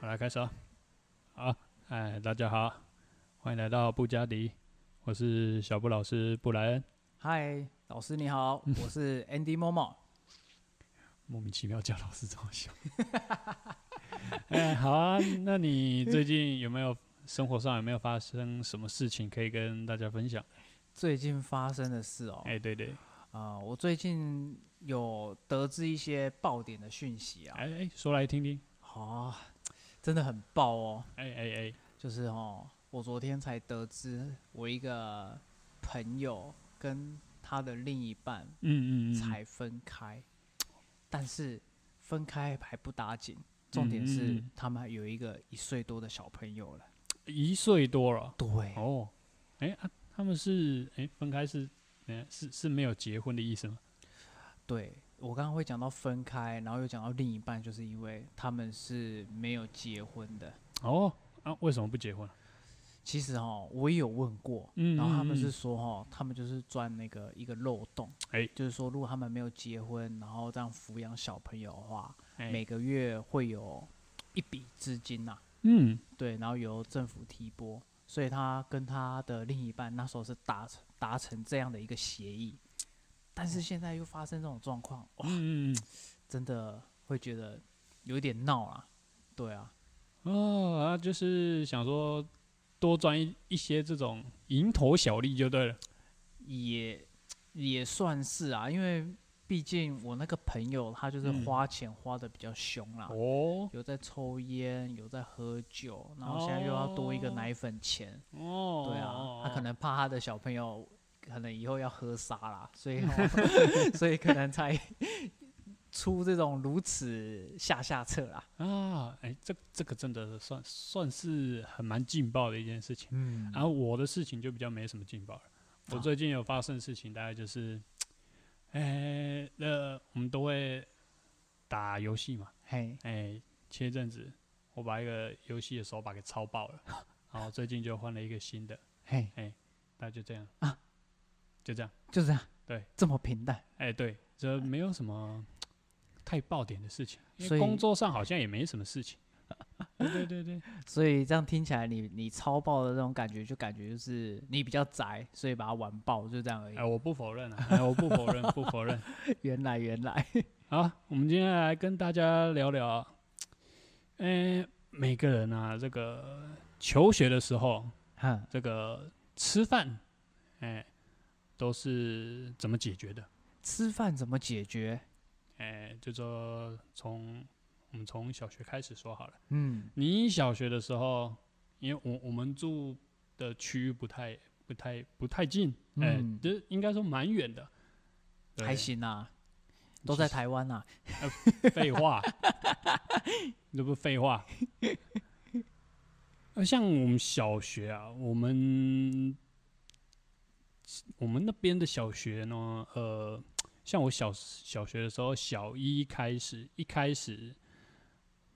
我来开始啊！好，哎，大家好，欢迎来到布加迪，我是小布老师布莱恩。嗨，老师你 好，我是 Andy Momo。莫名其妙叫老师这么 凶。哎，好啊，那你最近有没有生活上有没有发生什么事情可以跟大家分享？最近发生的事哦，哎，对对，啊、我最近有得知一些爆点的讯息啊，哎哎，说来听听。哦，真的很爆哦，哎哎哎，就是哦，我昨天才得知我一个朋友跟他的另一半嗯嗯嗯，才分开，但是分开还不打紧，重点嗯嗯是嗯他们还有一个一岁多的小朋友了。一岁多了。对，哦，哎、啊，他们是哎、分开是，哎、是是没有结婚的意思吗？对我刚刚会讲到分开，然后又讲到另一半，就是因为他们是没有结婚的。哦，啊，为什么不结婚？其实哦，我也有问过，嗯然后他们嗯嗯是说哦，他们就是钻那个一个漏洞，哎就是说如果他们没有结婚，然后这样抚养小朋友的话，哎、每个月会有一笔资金呐、嗯，对，然后由政府提拨，所以他跟他的另一半那时候是达成达成这样的一个协议，但是现在又发生这种状况，哇！嗯嗯真的会觉得有一点闹啦。对啊，嗯，哦，啊，就是想说多赚一一些这种蝇头小利就对了。也也算是啊，因为毕竟我那个朋友他就是嗯花钱花的比较凶啦，哦有在抽烟，有在喝酒，然后现在又要多一个哦奶粉钱，哦，对哦啊，他哦可能怕他的小朋友可能以后要喝 沙啦，所以哦 所以可能才出这种如此下下策啦。啊，哎、这这个真的算算是很蛮劲爆的一件事情。嗯然后我的事情就比较没什么劲爆了。我啊最近有发生的事情，大概就是，哎，那我们都会打游戏嘛，嘿，哎，前一阵子我把一个游戏的手把给抄爆了， 然后最近就换了一个新的，嘿，大概就这样啊，就这样，就这样，对，这么平淡。哎，对，这没有什么太爆点的事情，因所为以工作上好像也没什么事情。 对对对对，所以这样听起来你，你超爆的那种感觉，就感觉就是你比较宅，所以把它玩爆，就这样 而已。哎，我不否认啊，哎，我不否认，不否认。原来原来， 好，我们今天来跟大家聊聊，诶、每个人啊，这个求学的时候，哼，这个吃饭，诶、都是怎么解决的？吃饭怎么解决？诶、就说从我们从小学开始说好了。嗯，你小学的时候，因为我我们住的区域不太、不太、不太近，诶、嗯这应该说蛮远的。对还行啊，都在台湾啊。废 话，这不废话。呃，像我们小学啊，我们我们那边的小学呢，呃，像我小小学的时候，小一开始一开始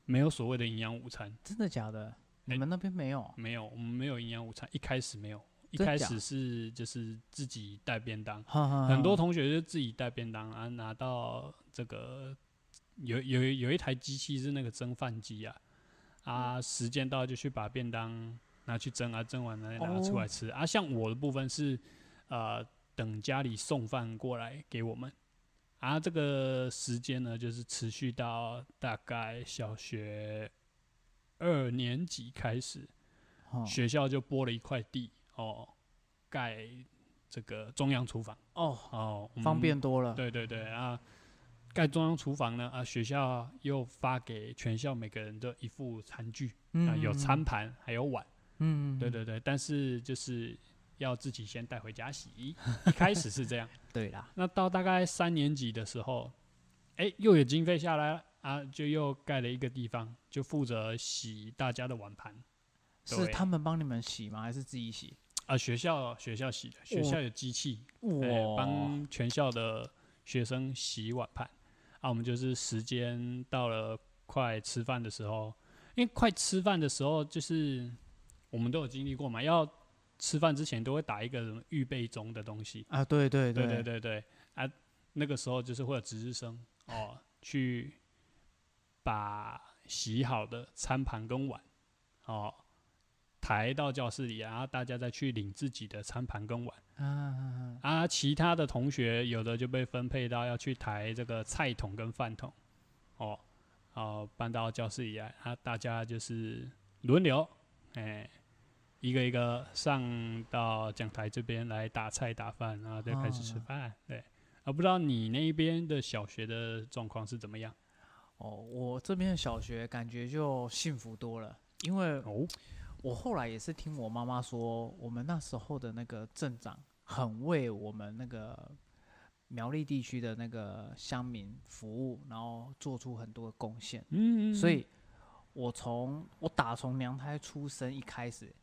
没有所谓的营养午餐，真的假的？你哎们那边没有？没有，我们没有营养午餐，一开始没有，一真开假啊始是就是自己带便当，很很多同学就自己带便当啊，拿到这个有有有一台机器是那个蒸饭机啊，嗯啊，时间到就去把便当拿去蒸啊，蒸完了拿哦出来吃、啊。像我的部分是呃等家里送饭过来给我们，啊，这个时间呢就是持续到大概小学二年级开始，哦学校就拨了一块地哦，盖这个中央厨房。哦，哦，我们方便。多了。对对对啊，盖中央厨房呢啊，学校又发给全校每个人的一副餐具啊，有餐，盘还有碗。嗯，对对对，但是就是要自己先带回家洗。 一开始是这样，对啦，那到大概三年级的时候，哎，又有经费下来了啊，就又盖了一个地方，就负责洗大家的碗盘是对他们帮你们洗吗？还是自己洗？啊。学校学校洗的，学校有机器，对，哇，帮全校的学生洗碗盘。啊，我们就是时间到了，快吃饭的时候，因为快吃饭的时候，就是我们都有经历过嘛，要吃饭之前都会打一个什么预备中的东西。啊，对对对对对对，啊，那个时候就是会有值日生哦，去把洗好的餐盘跟碗，哦，抬到教室里，然后大家再去领自己的餐盘跟碗。啊啊啊，其他的同学有的就被分配到要去抬这个菜桶跟饭桶，哦，哦，搬到教室里来，啊，大家就是轮流，哎、一个一个上到讲台这边来打菜打饭，然后再开始吃啊饭，对。啊，不知道你那边的小学的状况是怎么样？哦，我这边的小学感觉就幸福多了，因为哦，我后来也是听我妈妈说，我们那时候的那个镇长很为我们那个苗栗地区的那个乡民服务，然后做出很多的贡献。嗯，所以我从我打从娘胎出生一开始，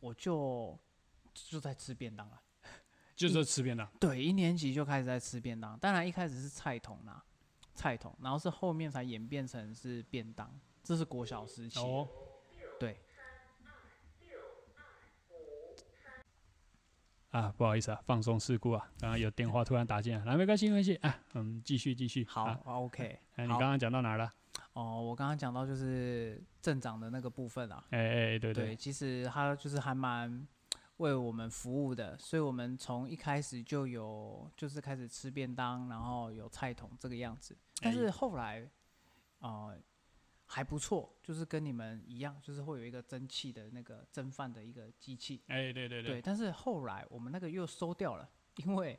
我就就在吃便当了。就是吃便当，对，一年级就开始在吃便当，当然一开始是菜桶啦，菜桶，然后是后面才演变成是便当，这是国小时期。哦，对，啊，不好意思啊，放松事故啊，刚刚有电话突然打进来，来没关系，没关系啊，嗯，继续继续。好、啊啊 o k 哎，你好刚刚讲到哪儿了？哦，我刚刚讲到就是镇长的那个部分啊，哎哎，对对，，其实他就是还蛮为我们服务的，所以我们从一开始就有就是开始吃便当，然后有菜桶这个样子。但哎是后来，呃，还不错，就是跟你们一样，就是会有一个蒸汽的那个蒸饭的一个机器。哎对对对，，但是后来我们那个又收掉了，因为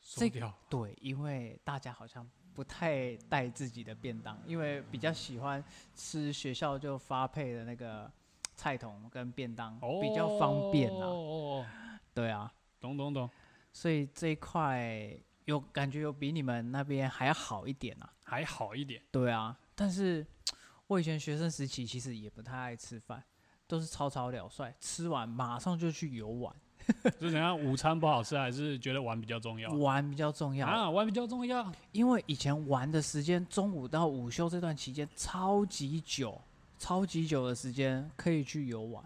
收这掉。对，因为大家好像不太带自己的便当，因为比较喜欢吃学校就发配的那个菜桶跟便当，比较方便哦啊。哦，对啊，懂懂懂，所以这一块有感觉有比你们那边还要好一点啊。还好一点。对啊，但是我以前学生时期其实也不太爱吃饭，都是草草了事，吃完马上就去游玩，是怎样？午餐不好吃，还是觉得玩比较重要？玩比较重要。啊，玩比较重要。因为以前玩的时间，中午到午休这段期间超级久，超级久的时间可以去游玩。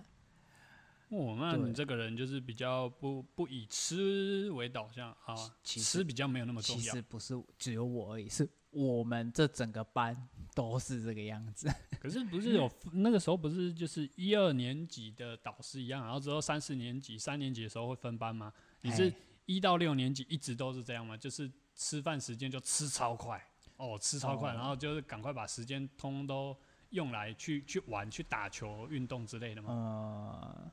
哦，那对你这个人就是比较不不以吃为导向啊，其吃实比较没有那么重其要实。不是只有我而已，是我们这整个班都是这个样子。可是不是有分那个时候不是就是一二年级的导师一样，然后之后三四年级、三年级的时候会分班吗？ 你是哎一到六年级一直都是这样吗？就是吃饭时间就吃超快哦，吃超快，哦然后就是赶快把时间通都用来去去玩、去打球、运动之类的吗？呃，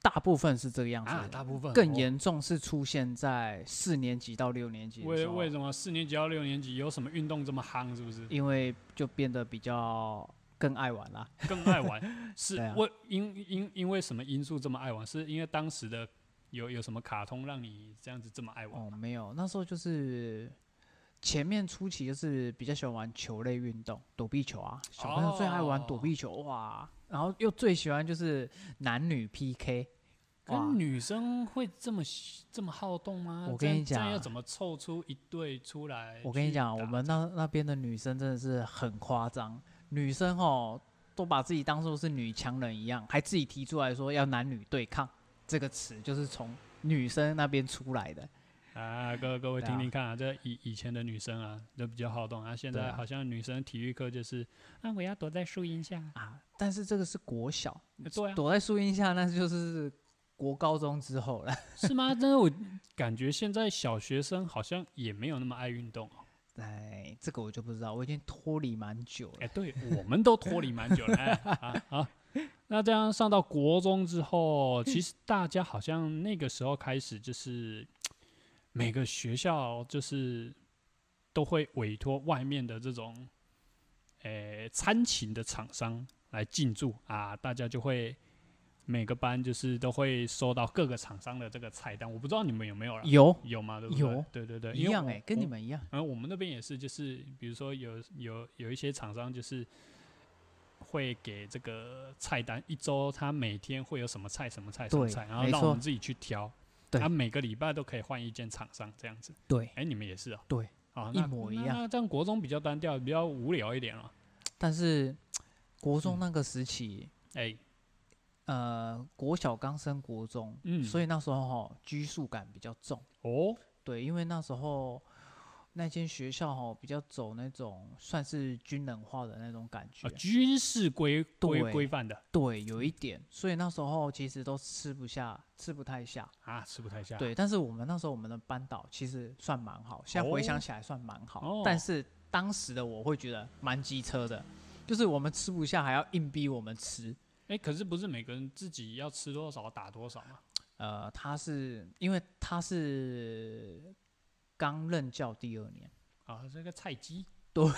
大部分是这个样子啊，的。大部分更哦。严重是出现在四年级到六年级的为时候，为什么四年级到六年级有什么运动这么夯？是不是因为就变得比较更爱玩啦。更爱 玩？是对啊为因因因为什么因素这么爱玩？是因为当时的有有什么卡通让你这样子这么爱玩？哦，没有，那时候就是前面初期就是比较喜欢玩球类运动，躲避球啊，小朋友最爱玩躲避球、哇，然后又最喜欢就是男女 PK，哇跟，女生会这么喜这么好动吗？我这跟样你这样要讲啊怎么凑出一对出来？我跟你讲，我们那那边的女生真的是很夸张，女生哦都把自己当做是女强人一样，还自己提出来说要男女对抗这个词，就是从女生那边出来的。啊，各各位对听啊听看啊，这以以前的女生啊，都比较好动啊，现对在啊好像女生体育课就是啊，我要躲在树荫下。啊，但是这个是国小，呃对啊，嗯躲在树荫下，那就是国高中之后了。是吗？但是我感觉现在小学生好像也没有那么爱运动哦。哎，这个我就不知道，我已经脱离蛮久了。哎，对，我们都脱离蛮久了。哎，啊啊，那这样上到国中之后，其实大家好像那个时候开始就是每个学校就是都会委托外面的这种，诶、餐勤的厂商来进驻啊，大家就会。每个班就是都会收到各个厂商的这个菜单，我不知道你们有没有啦？有有吗？对不对？有对对对，一因为样我哎、跟你我们一样。然后我们那边也是，就是比如说有有有一些厂商就是会给这个菜单一周，他每天会有什么菜、什么菜、什么对菜，然后没让我错们自己去挑。对他每个礼拜都可以换一间厂商这样子。对，哎、你们也是哦、对，哦，一那模一那样那这样国中比较单调，比较无聊一点哦了、但是国嗯中那个时期，哎、呃，国小刚升国中，嗯所以那时候哈、拘束感比较重。哦，对，因为那时候那间学校哈比较走那种算是军人化的那种感觉，啊，军嗯事规规对规范的对，有一点，所以那时候其实都吃不下，吃不太下。啊，吃不太下。，对，但是我们那时候我们的班导其实算蛮好，现在回想哦起来算蛮好，哦但是当时的我会觉得蛮机车的，就是我们吃不下还要硬逼我们吃。哎，可是不是每个人自己要吃多少打多少嘛？呃，他是因为他是刚任教第二年， 啊，这个菜鸡对，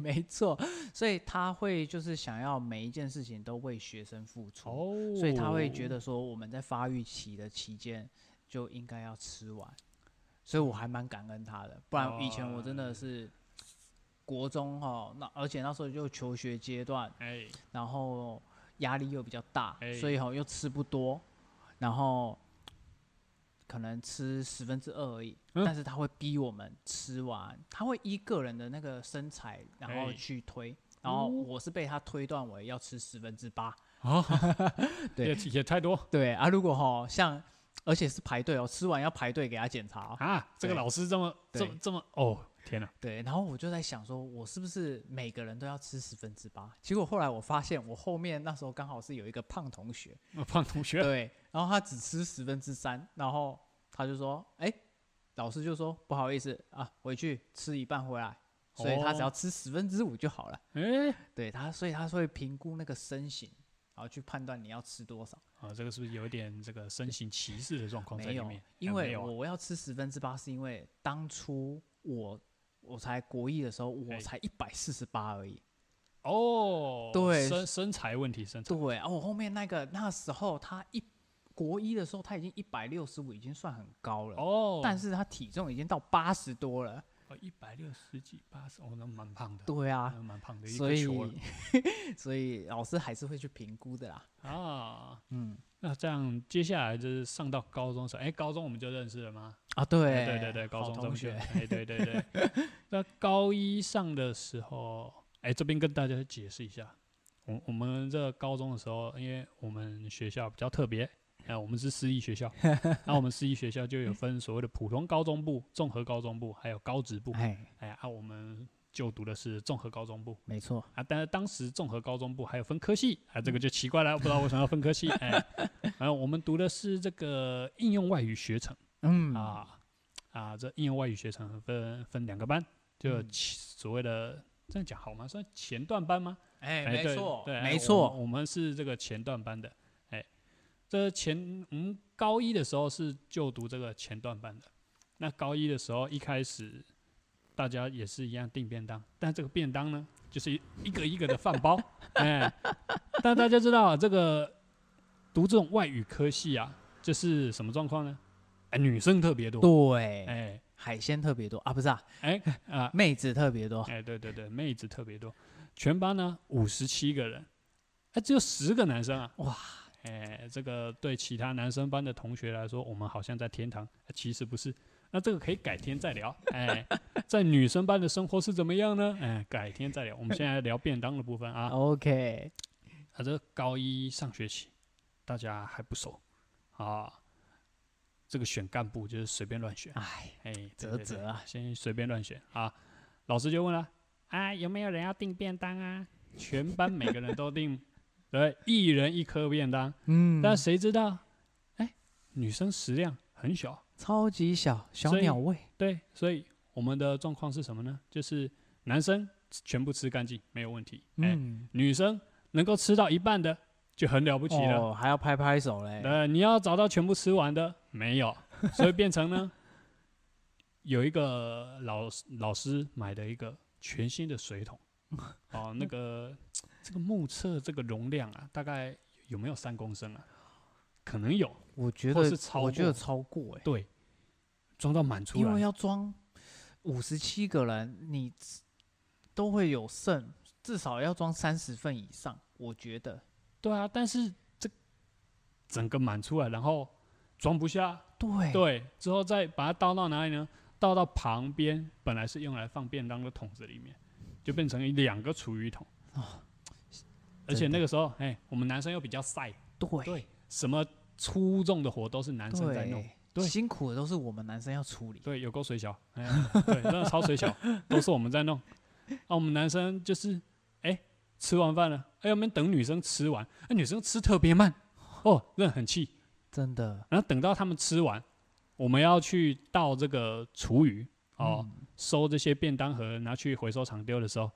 没错，所以他会就是想要每一件事情都为学生付出，哦，所以他会觉得说我们在发育期的期间就应该要吃完，所以我还蛮感恩他的，不然以前我真哦的是国中哈，那而且那时候就求学阶段，哎，然后压力又比较大，哎所以哈又吃不多，然后可能吃十分之二而已，嗯但是他会逼我们吃完，他会依个人的那个身材然后哎去推。然后哦我是被他推断为要吃十分之八，对也也太多对啊，如果哈像，而且是排队哦，吃完要排队给他检查、哦。啊！这个对老师这么这对么这么哦，天哪！对，然后我就在想说，我是不是每个人都要吃十分之八？结果后来我发现，我后面那时候刚好是有一个胖同学，胖同学，对，然后他只吃十分之三，然后他就说，哎、老师就说不好意思啊，回去吃一半回来，所以他只要吃十分之五就好了。哎，对他，所以他会评估那个身形，然后去判断你要吃多少。啊，这个是不是有一点这个身形歧视的状况在没里有面？啊，因没为有啊我要吃十分之八，是因为当初我我才国一的时候，我哎才一百四十八而已。哦，对身身材问题，身材对，啊，我后面那个那时候他一国一的时候，他已经一百六十五，已经算很高了。哦，但是他体重已经到八十多了，一百六十几八十，哦，那蛮胖的，对啊，那蛮胖嗯的一所个以球了 所以老师还是会去评估的啦。啊。嗯那这样接下来就是上到高中时候，哎，高中我们就认识了吗？啊，对哎对对对，高好中同中学，学，哎，对对 对。那高一上的时候，哎，这边跟大家解释一下，我我们这高中的时候，因为我们学校比较特别，哎，我们是私立学 校，那我们私立学校就有分所谓的普通高中部、综合高中部，还有高职部。哎，哎呀，啊，我们就读的是综合高中部没错，啊，但是当时综合高中部还有分科系啊，这个就奇怪了，不知道为什么要分科系。 哎，然后我们读的是这个应用外语学程嗯，啊啊，这应用外语学程分分两个班，就有嗯其所谓的这样讲好吗？算前段班吗？哎，哎没对错，对，哎没我们错，我们是这个前段班的，哎，这前我们高一的时候是就读这个前段班的，那高一的时候一开始大家也是一样订便当，但这个便当呢，就是一个一个的饭包， 哎，但大家知道啊这个读这种外语科系啊，就是什么状况呢？哎，女生特别多，对，哎海鲜特别多啊，不是啊，哎啊， 妹子特别多，哎，对对对，妹子特别多，全班呢五十七个人，哎，只有十个男生啊！哇，哎，这个对其他男生班的同学来说，我们好像在天堂，哎其实不是。那这个可以改天再聊。哎，在女生班的生活是怎么样呢？哎，改天再聊。我们现在聊便当的部分啊。 OK，啊，这高一上学期大家还不熟啊，这个选干部就是随便乱选。哎，哎，对对啧对啧啊先随便乱选啊。老师就问了啊，有没有人要订便当啊？全班每个人都订，对，一人一颗便当。嗯，但谁知道，哎，女生食量很小，超级小小所以鸟胃，对，所以我们的状况是什么呢？就是男生全部吃干净没有问题，哎，嗯，女生能够吃到一半的就很了不起了。哦，还要拍拍手嘞，呃，你要找到全部吃完的没 有，所以变成呢，有一个老师老师买的一个全新的水桶， 哦，那个这个目测这个容量啊，大概有没有三公升啊？可能有，我觉或得是超我觉得过超过哎，对，装到满出因为来，要装五十七个人，你都会有剩，至少要装三十份以上，我觉得。对啊，但是这整个满出来，然后装不下，对，对，之后再把它倒到哪里呢？倒到旁边本来是用来放便当的桶子里面，就变成两个厨余桶。而且哦真的那个时候，哎，我们男生又比较晒，对对什么粗重的活都是男生在弄对，对辛苦的都是我们男生要处理。对，有够水小，哎呀对，真的超水小，都是我们在弄。啊，我们男生就是，哎、吃完饭了，哎、我们等女生吃完，哎、女生吃特别慢，哦，真的很气。真的，然后等到他们吃完，我们要去倒这个厨余哦，嗯收这些便当盒拿去回收厂丢的时候，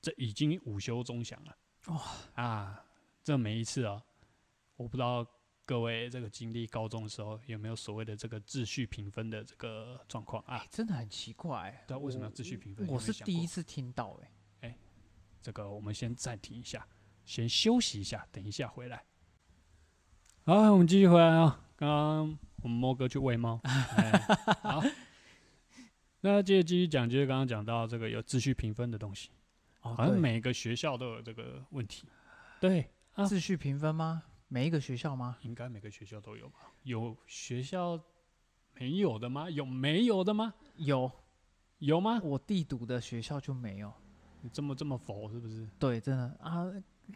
这已经午休钟响了。哇啊，这每一次啊，我不知道各位这个经历高中的时候有没有所谓的这个秩序评分的这个状况啊哎？真的很奇怪、哎对啊为什么要秩序评分？我是第一次次听到、哎，这个，我们先暂停一下，先休息一下，等一下回来。好，我们继续回来啊、刚刚我们莫哥去喂 猫，哎好，那接着继续讲，就是刚刚讲到这个有秩序评分的东西，哦好像对每个学校都有这个问题。对，啊秩序评分吗？每一个学校吗？应该每个学校都有吧？有学校没有的吗？有没有的吗？有，有吗？我弟读的学校就没有。你这么这么佛是不是？对，真的啊，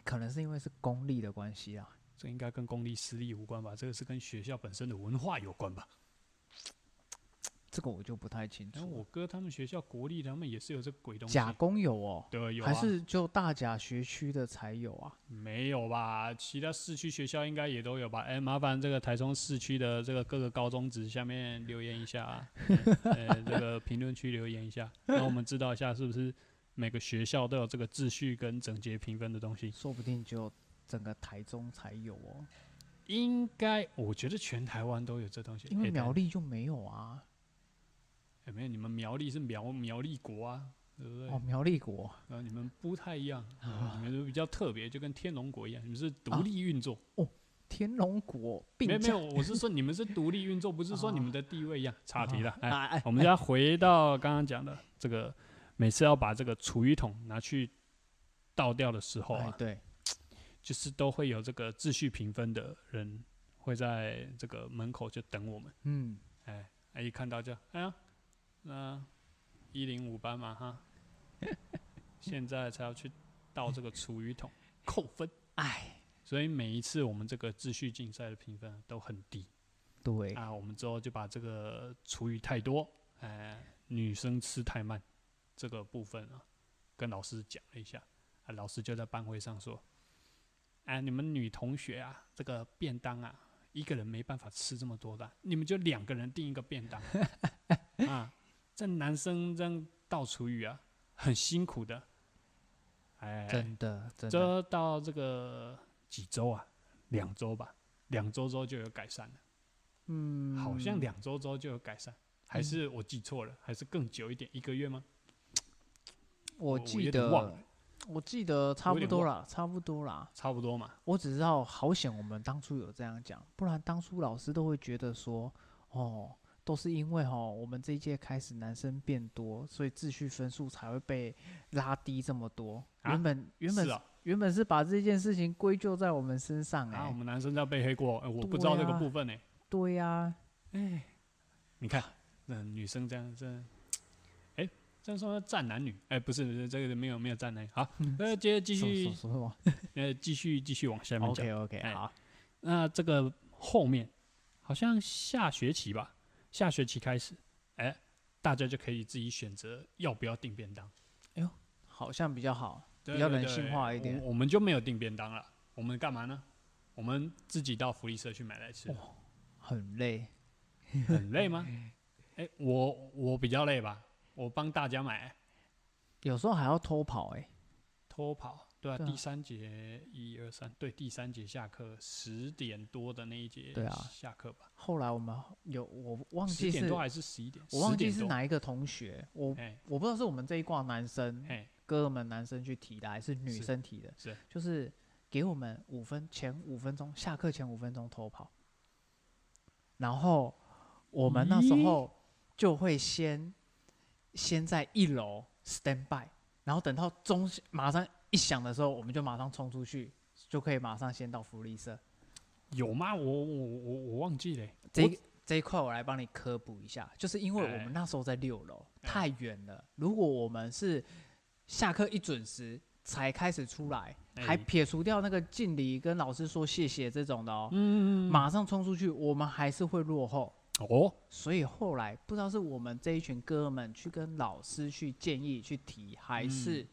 可能是因为是公立的关系啊。这应该跟公立私立无关吧？这个是跟学校本身的文化有关吧？这个我就不太清然后楚。哎我哥他们学校国立，他们也是有这个鬼东西。甲工有哦，对，有、啊、还是就大甲学区的才有啊？没有吧？其他市区学校应该也都有吧？哎、麻烦这个台中市区的这个各个高中职下面留言一下、啊，呃、 哎这个评论区留言一下，让我们知道一下是不是每个学校都有这个秩序跟整洁评分的东西。说不定就整个台中才有哦，哎应该，我觉得全台湾都有这东西。因哎为苗台栗就没有啊。哎、没有，你们苗栗是苗苗栗国啊，对不对？哦，啊苗栗国然后你们不太一样，呃你们都比较特别，就跟天龙国一样，你们是独啊立运作。天龙国没有并没驾有，我是说你们是独立运作，不是说你们的地位一样。差题了，哎，啊哎我们要回到刚刚讲的这个，每次要把这个厨余桶拿去倒掉的时候哎啊，对，就是都会有这个秩序评分的人会在这个门口就等我们，嗯，哎，哎一看到就哎呀，那一零五班嘛哈，现在才要去倒这个厨余桶，扣分。哎，所以每一次我们这个秩序竞赛的评分啊都很低对，啊，我们之后就把这个厨余太多，呃，女生吃太慢这个部分啊，跟老师讲了一下，啊，老师就在班会上说，哎、你们女同学啊，这个便当啊，一个人没办法吃这么多的啊，你们就两个人订一个便当啊，这男生这样倒厨余啊，很辛苦的，哎，真的真的，这到这个几周啊，两周吧，两周之后就有改善了，嗯，好像两周之后就有改善，还是我记错了，还是更久一点，一个月吗？我我有记点得忘了我记得差我有不点多忘啦，差不多啦。差不多嘛，我只知道好险，我们当初有这样讲，不然当初老师都会觉得说，哦，都是因为哦，我们这一届开始男生变多，所以秩序分数才会被拉低这么多。啊原本原本是啊，原本是把这件事情归咎在我们身上、哎、啊，我们男生在被黑过，哎我不对知道这个啊部分呢、对呀、你看，那女生这样这样，哎、这样说站男女，哎、不是不是，这个没有没有站男女，好，那接着继说续嗯说，说什么呃，继续继续往下面讲。 ？OK OK，、哎好，那这个后面好像下学期吧，下学期开始，哎、大家就可以自己选择要不要订便当，好像比较好，对比较对人对性化一点我我们就没有订便当了，我们干嘛呢？我们自己到福利社去买来吃，哦很累。很累 吗？哎、我我比较累吧，我帮大家买、有时候还要偷跑哎、偷跑，对啊，对啊第三节一二三，对，第三节下课十点多的那一节，对啊下课吧，后来我们有我忘十记点是多还是十一点？我忘10记点是多，哪一个同学，我哎我不知道是我们这一挂男生哎，哥们男生去提的，还是女是生提的，是就是给我们五分前五分钟，下课前五分钟偷跑，然后我们那时咦候就会先先在一楼 stand by，然后等到钟马上一响的时候，我们就马上冲出去，就可以马上先到福利社。有吗？我我我我忘记了欸、这我一这一块我来帮你科普一下，就是因为我哎们那时候在六楼，哎太远了。如果我们是下课一准时才开始出来，哎还撇除掉那个敬礼跟老师说谢谢这种的哦，嗯，马上冲出去，我们还是会落后。哦，所以后来不知道是我们这一群哥们去跟老师去建议去提，还嗯是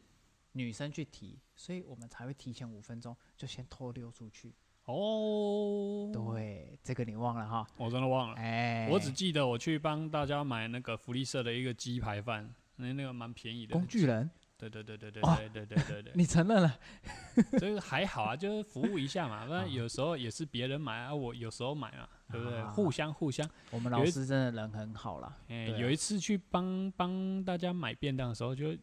女生去提，所以我们才会提前五分钟就先偷溜出去。哦，对，这个你忘了哈？我真的忘了，哎，我只记得我去帮大家买那个福利社的一个鸡排饭，那那个蛮便宜的。工具人，对对对对对哦对对对对 对，你承认了？这个还好啊，就是服务一下嘛，不啊然有时候也是别人买啊，我有时候买嘛，对不对？啊互相互相。我们有老一师真的人很好啦。哎、对啊有一次去帮帮大家买便当的时候，就不知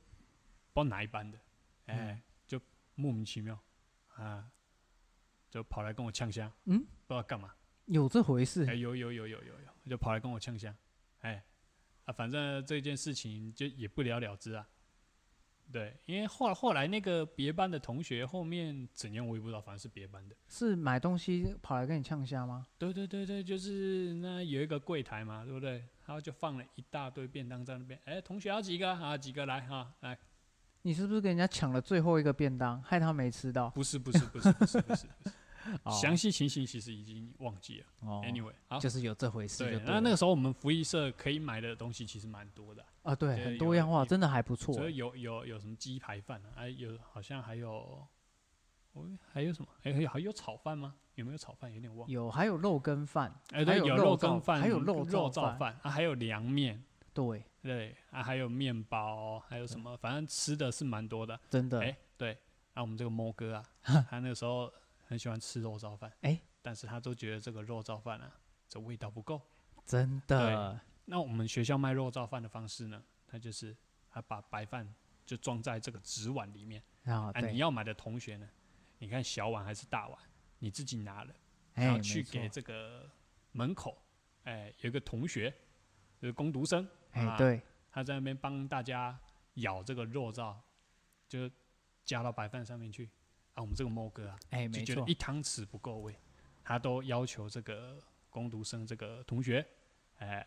道哪一班的，哎、嗯就莫名其妙啊，就跑来跟我呛香，嗯不知道干嘛，有这回哎、事？有有有有有有，就跑来跟我呛香，哎、啊，反正这件事情就也不了了之啊。对，因为后后来那个别班的同学后面怎样我也不知道，反正是别班的。是买东西跑来跟你呛虾吗？对对对对，就是那有一个柜台嘛，对不对？然后就放了一大堆便当在那边，哎，同学要几个啊？几个来啊？来，你是不是跟人家抢了最后一个便当，害他没吃到？不是不是不是不是不是，不是哦详细情形其实已经忘记了。哦 Anyway，好，就是有这回事就对，对那那了个时候我们福利社可以买的东西其实蛮多的，啊，对，对很有多样化，有真的还不错。所以有有有什么鸡排饭啊，哎，有好像还有，哦，还有什么？哎，还有还有炒饭吗？有没有炒饭？有点忘了。有还有肉羹饭，哎，还对，有有肉羹燥饭，还有肉肉燥饭燥饭啊，还有凉面。对，对啊，还有面包，还有什么，反正吃的是蛮多的。真的。哎、对，啊，我们这个猫哥 啊，他那时候很喜欢吃肉燥饭，哎但是他都觉得这个肉燥饭啊，这味道不够。真的，那我们学校卖肉燥饭的方式呢，他就是他把白饭就装在这个纸碗里面，啊，啊，你对，要买的同学呢，你看小碗还是大碗，你自己拿了，然哎，后去没给错，这个门口，哎，有一个同学，就是工读生，哎，啊对，他在那边帮大家舀这个肉燥，就加到白饭上面去。啊，我们这个猫哥啊，哎，就没觉得错一，汤匙不够味，他都要求这个工读生这个同学，哎，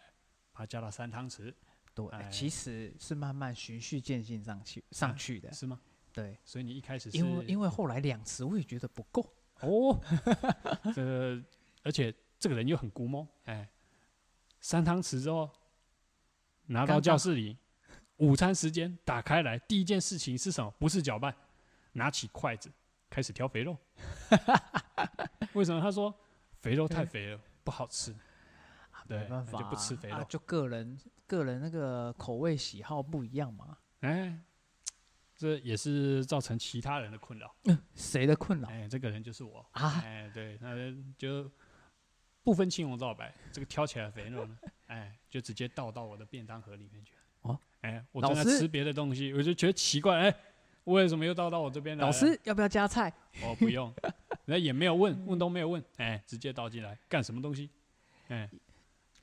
把它加到三汤匙，对，哎哎其实是慢慢循序渐进上去上啊去的，是吗？对，所以你一开始是因为因为后来两次我也觉得不够，哦， 这个而且这个人又很古摸，哎，三汤匙之后拿刚到到教室里，午餐时间打开来，第一件事情是什么？不是搅拌，拿起筷子开始挑肥肉。为什么？他说肥肉太肥了，不好吃。啊对没那办法就啊，不吃肥啊肉就个人个人那个口味喜好不一样嘛，哎，这也是造成其他人的困扰。谁的困扰哎，这个人就是我。啊？哎，对，那就不分青红皂白，这个挑起来的肥肉呢，哎，就直接倒到我的便当盒里面去。哦，哎，我老正在师吃别的东西，我就觉得奇怪，哎，为什么又倒到我这边来了？老，师要不要加菜？我不用， 那也没有问，问都没有问，哎，直接倒进来，干什么东西？哎，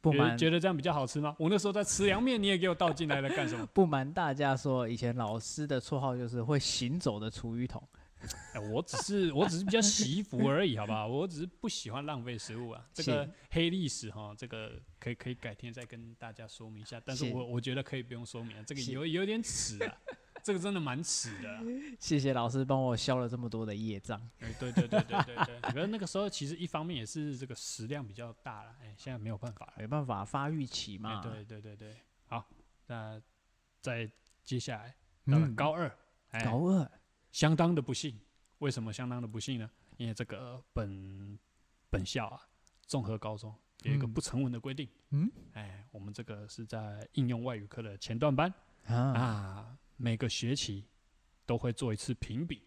不觉得瞒觉得这样比较好吃吗？我那时候在吃凉面，你也给我倒进来了，干什么？不瞒大家说，以前老师的绰号就是会行走的厨余桶。哎，我只是我只是比较惜福而已，好吧，我只是不喜欢浪费食物啊。这个是黑历史哈，这个可以可以改天再跟大家说明一下，但是是我我觉得可以不用说明啊，这个是有有点耻啊，这个真的蛮耻的啊。谢谢老师帮我消了这么多的业障。哎，对对对对对对，可是那个时候其实一方面也是这个食量比较大了，哎，现在没有办法了。没办法，发育期哎嘛。，对对对对，好，那再接下来到了嗯，高二，哎，高二相当的不幸。为什么相当的不幸呢？因为这个本本校啊，综合高中有一个嗯不成文的规定。嗯，哎，我们这个是在应用外语课的前段班啊，啊，每个学期都会做一次评比。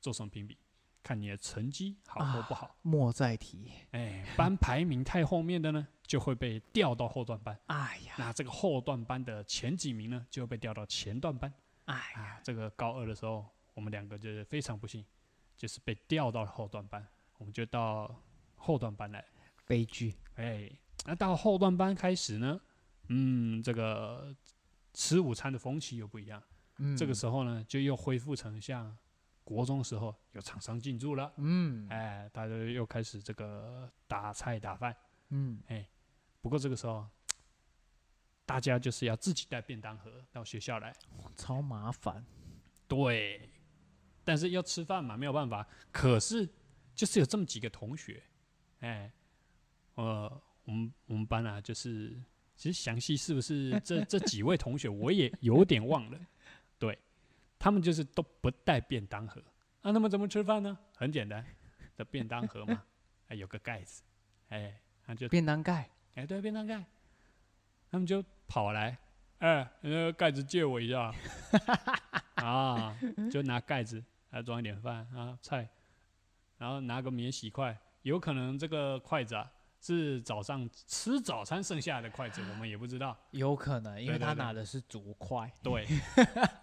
做什么评比？看你的成绩好或不好。莫再提。哎，班排名太后面的呢，就会被调到后段班。哎呀，那这个后段班的前几名呢，就会被调到前段班。哎呀，啊，这个高二的时候，我们两个就是非常不幸，就是被调到了后段班，我们就到后段班来。悲剧。哎，那到后段班开始呢，嗯，这个吃午餐的风气又不一样。嗯，这个时候呢，就又恢复成像国中时候有厂商进驻了，嗯哎，大家又开始这个打菜打饭。哎嗯，不过这个时候，大家就是要自己带便当盒到学校来。超麻烦。对，但是要吃饭嘛，没有办法。可是就是有这么几个同学，哎，呃，我们我们班啊，就是其实详细是不是这这几位同学，我也有点忘了。对，他们就是都不带便当盒，啊那、他们怎么吃饭呢？很简单，这便当盒嘛，哎有个盖子，哎，他就便当盖，哎对便当盖，他们就跑来，哎，那个盖子借我一 下啊，就拿盖子来装一点饭啊菜，然后拿个免洗筷，有可能这个筷子啊。是早上吃早餐剩下的筷子，我们也不知道。有可能，因对为对他对拿的是竹筷，对，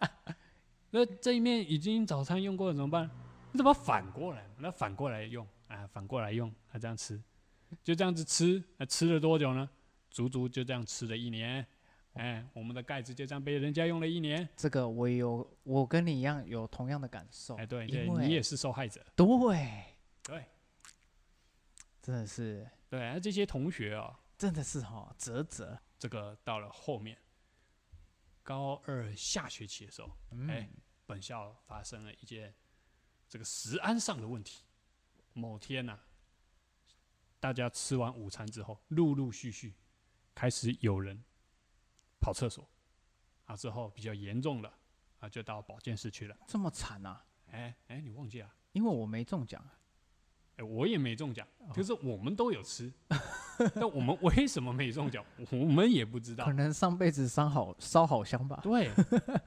那这一面已经早餐用过了怎么办？你怎么反过来？那反过来用啊，反过来用，啊，这样吃，就这样子吃，啊、吃了多久呢？足足就这样吃了一哦年。哎，我们的盖子就这样被人家用了一年。这个我也有，我跟你一样有同样的感受。哎，对对，哦因为你也是受害者。对，对哎真的是，对，那这些同学哦，真的是哈、啧啧，这个到了后面，高二下学期的时候，嗯，哎本校发生了一件这个食安上的问题。某天呐、大家吃完午餐之后，陆陆续续开始有人跑厕所，啊，之后比较严重了，啊，就到保健室去了。这么惨啊！哎哎，你忘记了？因为我没中奖啊，哎，我也没中奖，可是我们都有吃， 但我们为什么没中奖，我们也不知道可。能上辈子烧好烧好香吧。对，啊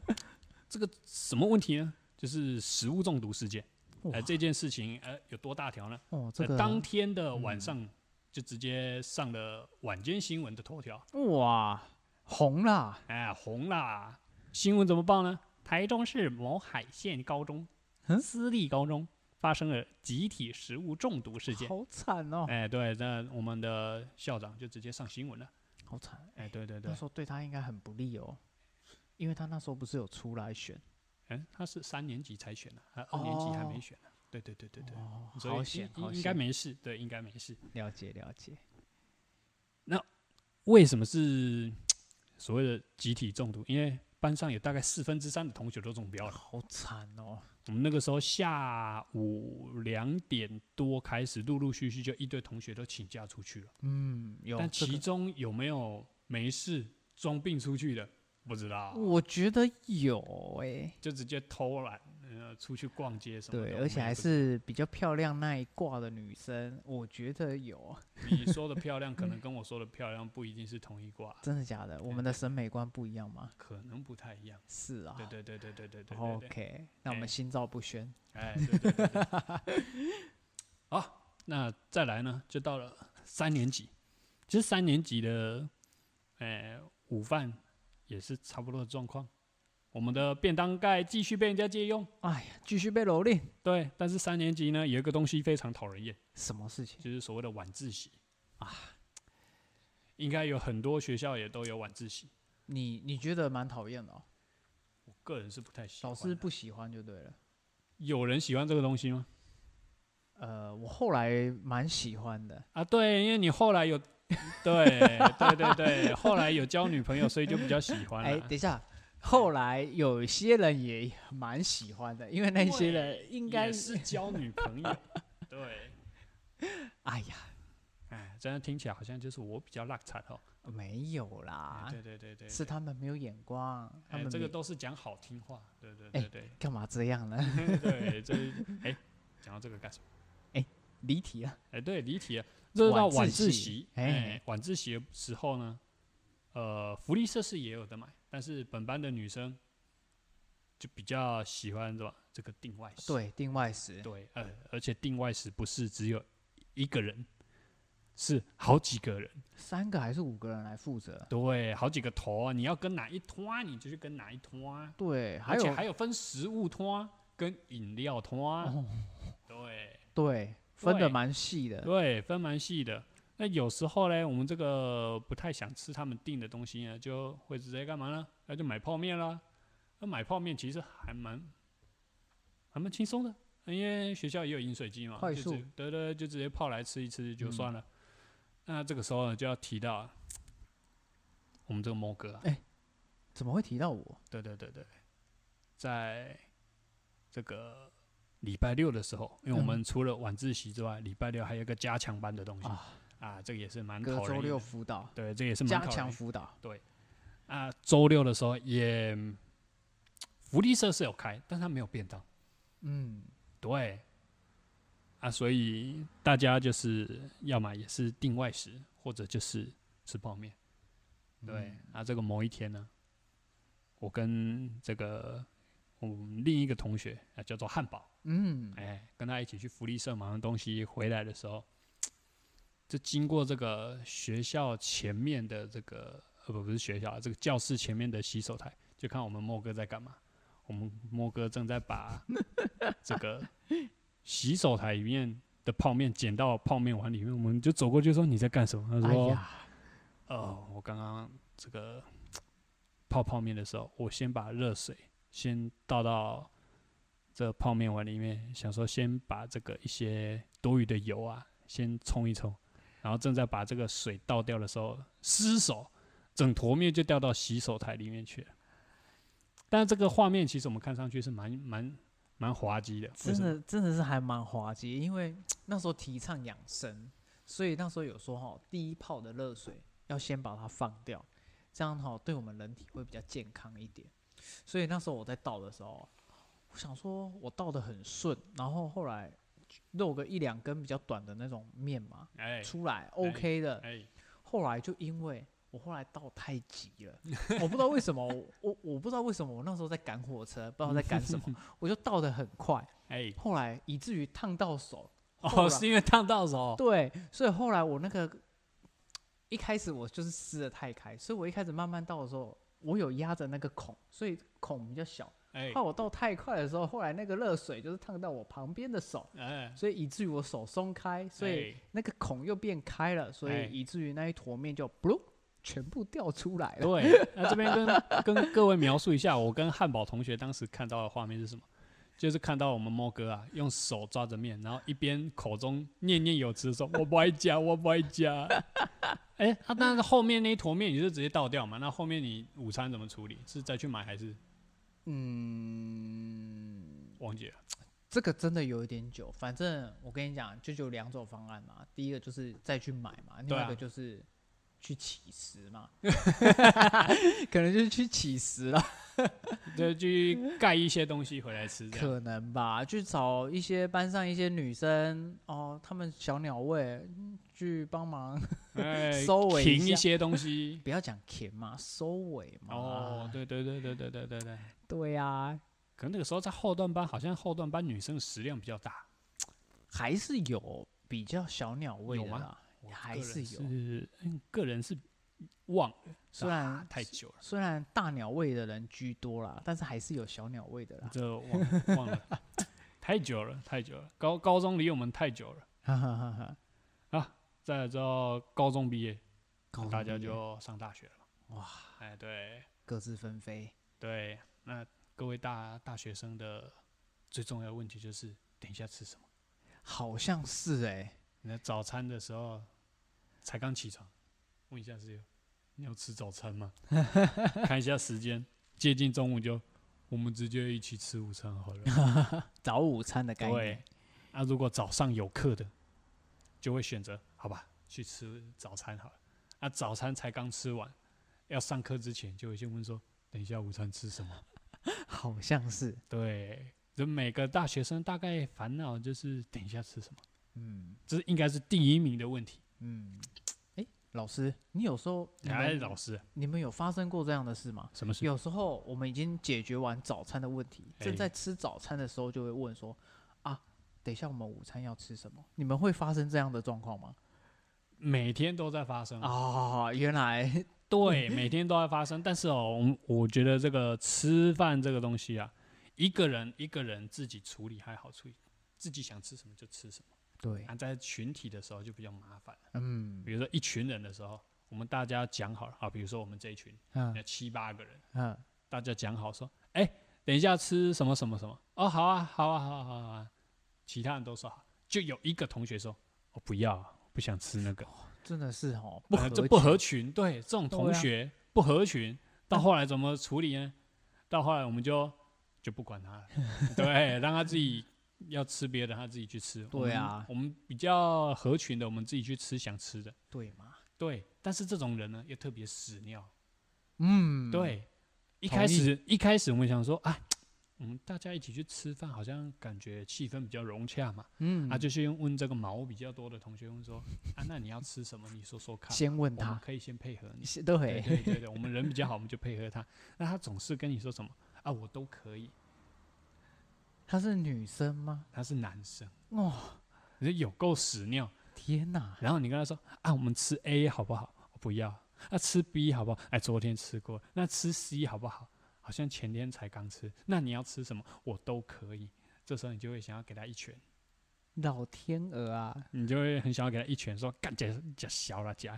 这个什么问题呢？就是食物中毒事件。哎、哇这件事情呃有多大条呢？哦，这在个呃当天的晚上就直接上了晚间新闻的头条，哇红啦，哎，红啦！新闻怎么报呢？台中市某海县高中嗯，私立高中发生了集体食物中毒事件。好惨哦，哎，对，那我们的校长就直接上新闻了。好惨。哎，对对对那，时候对他应该很不利哦，因为他那时候不是有出来选哎，他是三年级才选的、啊，二年级还没哦选呢、对对对对对，哦，所以好险，应好应该险，没事，对，应该没事。了解了解。为什么是所谓的集体中毒？因为班上有大概四分之三的同学都中标了。好惨哦！我们那个时候下午两点多开始，陆陆续续就一堆同学都请假出去了。嗯，有但这其个，中有没有没事装病出去的，不知道，我觉得有哎、就直接偷懒，呃，出去逛街什么的。对，我而且们也还不知是比较漂亮那一挂的女生，我觉得有，啊你说的漂亮， 可能跟我说的漂亮不一定是同一卦，真的假的？我们的审美观不一样吗？可能不太一样。是啊，对对对对对对对对对。 OK，那我哎们心照不宣。哎，对对对对 好，那再来呢，就到了三年级。其实三年级的，哎，午饭也是差不多的状况。我们的便当盖继续被人家借用，哎呀，继续被蹂躏，对。但是三年级呢，有一个东西非常讨人厌，什么事情？就是所谓的晚自习啊。应该有很多学校也都有晚自习，你你觉得蛮讨厌的、哦，我个人是不太喜欢老啊。师不喜欢就对了。有人喜欢这个东西吗？呃，我后来蛮喜欢的，啊，对，因为你后来 有，对对对对，后来有交女朋友，所以就比较喜欢哎，了。等 一下，后来有些人也蛮喜欢的，因为那些人应该也是交女朋 友，对，哎呀，哎，这样听起来好像就是我比较落惨哦。没有哎啦，对对对对，啊是对，他们没有眼光，他哎，们这个没都是讲好听话，对对哎对对干嘛这样呢？ 对，这哎，讲到这个干什么？离题了，哎，对，离题了，这到晚晚自自习习，哎哎，晚自习的时候呢，呃，福利社是也有的买，但是本班的女生就比较喜欢什么这个定外食。对，定外食，对，呃，而且定外食不是只有一个人，是好几个人，三个还是五个人来负责，对，好几个头啊，你要跟哪一托啊，你就去跟哪一托啊，对，还而且有还有分食物托啊跟饮料托啊，哦对对，分对的蛮细的，对，分蛮细的。那有时候嘞，我们这个不太想吃他们订的东西呢，就会直接干嘛呢？那就买泡面啦。那买泡面其实还蛮还蛮轻松的，因为学校也有饮水机嘛，快就速直对对，就直接泡来吃一吃就嗯算了。那这个时候呢，就要提到我们这个猫哥、啊，怎么会提到我？对对对对，在这个礼拜六的时候，因为我嗯们除了晚自习之外，礼拜六还有一个加强班的东西啊啊，这个也是蛮隔讨周人厌六的。辅导，对，这个也是蛮加讨人强厌辅导，啊，周六的时候也福利社是有开，但它没有便当。嗯，对，啊，所以大家就是要么也是订外食，或者就是吃泡面。对，啊，这个某一天呢，我跟这个我们另一个同学啊，叫做汉堡，嗯，哎、跟他一起去福利社买完东西回来的时候，就经过这个学校前面的这个呃不不是学校啊，这个教室前面的洗手台，就看我们莫哥在干嘛。我们莫哥正在 把这个洗手台里面的泡面捡到泡面碗里面，我们就走过去说你在干什么？他哎说、呀，哦，嗯我刚刚这个泡泡面的时候，我先把热水先倒到这泡面碗里面，想说先把这个一些多余的油啊先冲一冲，然后正在把这个水倒掉的时候，失手整坨面就掉到洗手台里面去了。但这个画面其实我们看上去是蛮蛮蛮滑稽的，为真什么的真的是还蛮滑稽，因为那时候提倡养生，所以那时候有说哈，第一泡的热水要先把它放掉，这样哈对我们人体会比较健康一点。所以那时候我在倒的时候，我想说我倒的很顺，然后后来漏个一两根比较短的那种面嘛，哎出来 OK 的，哎后来就因为我后来到太急了，我不知道为什么，我我不知道为什么我那时候在赶火车，不知道在赶 什么，我就到的很快，哎，后来以至于烫到手。后哦，来是因为烫到手，对，所以后来我那个一开始我就是撕的太开，所以我一开始慢慢倒的时候，我有压着那个孔，所以孔比较小。哎怕我倒太快的时候，后来那个热水就是烫到我旁边的手，哎，所以以至于我手松开，所以哎那个孔又变开了，所哎以以至于那一坨面就不噜全部掉出来了。对，那这边 跟跟各位描述一下，我跟汉堡同学当时看到的画面是什么？就是看到我们猫哥啊，用手抓着面，然后一边口中念念有词地说：“我不爱加，我不爱加。”哎，啊，但是后面那一坨面你就直接倒掉嘛？那后面你午餐怎么处理？是再去买还是嗯，忘记了？这个真的有一点久。反正我跟你讲，就只有两种方案嘛。第一个就是再去买嘛，另对啊外一个就是去乞食嘛， 可能就是去乞食了，再去盖一些东西回来吃，这样。可能吧。去找一些班上一些女生哦，她们小鸟胃嗯去帮忙， 哎，收尾一停下。一些东西 不要讲甜嘛，收尾嘛。哦，，对对对对对对对对。对呀、啊，可能那个时候在后段班，好像后段班女生食量比较大。还是有比较小鸟胃有的吗啦，我还个是人有是嗯个人是忘了，虽然太久了，虽然大鸟胃的人居多啦，但是还是有小鸟胃的啦。这忘了忘了，太久了，太久了。高高中离我们太久了， 啊哈哈哈哈！再来之后高中毕业，高中大家毕业就上大学了嘛。哇，哎，对各自纷飞。对，那各位大大学生的最重要的问题就是，等一下吃什么？好像是哎、你在早餐的时候才刚起床，问一下室友，你要吃早餐吗？ 看一下时间，接近中午就，我们直接一起吃午餐好了。早午餐的概对念。，那、如果早上有课的，就会选择好吧，去吃早餐好了。那、早餐才刚吃完，要上课之前就会先问说，等一下午餐吃什么？好像是，对，就每个大学生大概烦恼就是等一下吃什么，嗯这是应该是第一名的问题。嗯。哎、老师，你有时候你哎，们老师，你们有发生过这样的事吗？什么事？有时候我们已经解决完早餐的问题，哎正在吃早餐的时候就会问说啊，等一下我们午餐要吃什么？你们会发生这样的状况吗？每天都在发生，啊，原来对，每天都在发生。但是哦，我们我觉得这个吃饭这个东西啊，一个人一个人自己处理还好处理，自己想吃什么就吃什么。对，啊，在群体的时候就比较麻烦了。嗯比如说一群人的时候，我们大家讲好了啊，比如说我们这一群嗯有七八个人，嗯，大家讲好说，哎、等一下吃什么什么什么？哦，好啊，好啊，好啊，好啊，好啊其他人都说好，就有一个同学说，我、不要啊，不想吃那个，真的是哦，不合呃这不合群群。对，这种同对啊嗯学、不合群，到那后来怎 么处理呢？到后来我们就就不管他了，对，让他自己要吃别的，他自己去吃。对我们啊我们比较合群的，我们自己去吃想吃的。对嘛？对，但是这种人呢，又特别屎尿。嗯，，对，一同开意始一开始我们想说，哎，我们大家一起去吃饭，好像感觉气氛比较融洽嘛。嗯，啊，就是用问这个毛比较多的同学问说，啊，那你要吃什么？你说说看嘛。先问我们他，可以先配合你。先对对对对对，我们人比较好，我们就配合他。 那他总是跟你说什么啊，我都可以。她是女生吗？他是男生，哦，你说有够屎尿。天哪！然后你跟他说啊，我们吃 A 好不好？我不要。那、吃 B 好不好？哎，昨天吃过。那吃 C 好不好？好像前天才刚吃。那你要吃什么？我都可以。这时候你就会想要给他一拳，老天鹅啊， 你就会很想要给他一拳，说干这这小了家。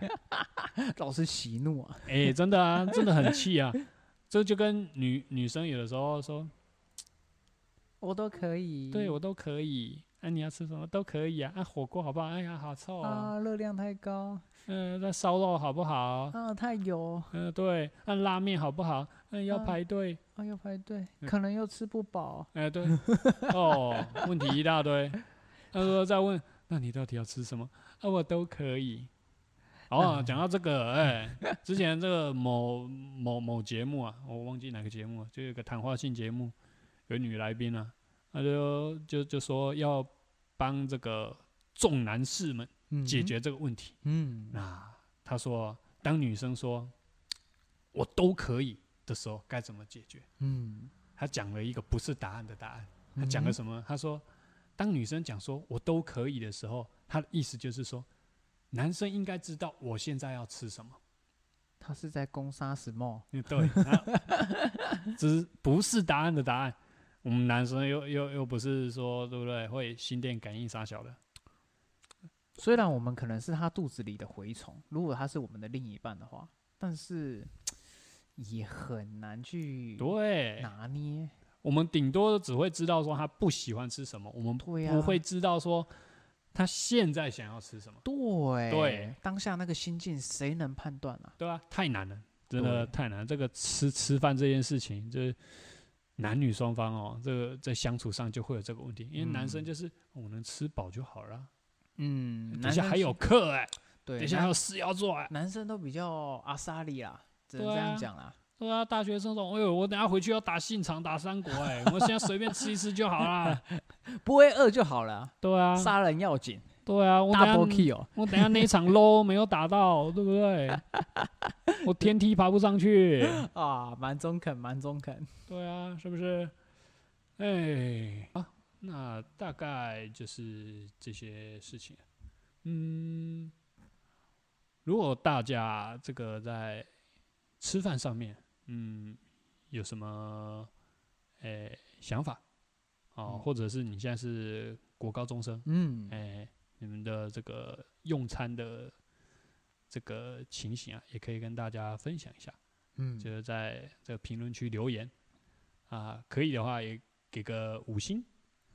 老是喜怒啊，哎、真的啊，真的很气啊。这就跟女女生有的时候说，我都可以。对我都可以。那、你要吃什么都可以啊。啊，火锅好不好？哎呀，好臭啊。啊，热量太高嗯、那烧肉好不好？啊，太油，嗯、对。那、拉面好不好？嗯、要啊排队。啊要排队，嗯可能又吃不饱。哎、对，哦，问题一大堆。他说再问，那你到底要吃什么？啊，我都可以。哦，讲到这个，哎、之前这个某某某节目啊，我忘记哪个节目了，就有个谈话性节目，有女来宾啊，她就就就说要帮这个众男士们嗯解，决这个问题。嗯，那她说，当女生说“我都可以”的时候，该怎么解决？嗯，她讲了一个不是答案的答案。他讲了嗯什么？他说，当女生讲说我都可以的时候，他的意思就是说，男生应该知道我现在要吃什么。他是在攻杀什么？嗯对， 啊只是不是答案的答案。我们男生又又又不是说对不对？会心电感应啥小的，虽然我们可能是他肚子里的蛔虫，如果他是我们的另一半的话，但是也很难去对，拿捏。我们顶多只会知道说他不喜欢吃什么，我们对啊不会知道说他现在想要吃什么，对对，当下那个心境谁能判断啊？对吧、太难了，真的对太难了。这个吃吃饭这件事情，就是男女双方哦，这个在相处上就会有这个问题。因为男生嗯就是、哦我能吃饱就好了啊，嗯，等男一下生还是有课哎、对，等一下还有事要做哎、男生都比较阿莎里啦，只能对这啊样讲啦。对啊，大学生说，哎呦，我等下回去要打信长、打三国哎、我现在随便吃一吃就好 啦。不会饿就好了，对啊，杀人要紧对啊，我等，double 下 kill。我等下那一场 low 没有打到，对不对？我天梯爬不上去。啊，蛮中肯，蛮中肯。对啊，是不是？哎，啊，那大概就是这些事情。嗯，如果大家这个在吃饭上面，嗯，有什么哎想法哦，嗯或者是你现在是国高中生，嗯，哎，你们的这个用餐的这个情形啊，也可以跟大家分享一下。嗯，就是在这个评论区留言啊，可以的话也给个五星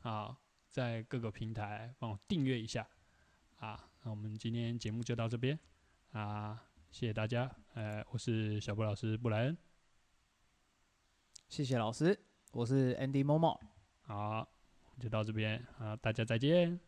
啊，在各个平台帮我订阅一下啊。那我们今天节目就到这边啊，谢谢大家，呃，我是小布老师布莱恩，谢谢老师，我是 Andy Momo。好，就到这边啊，大家再见。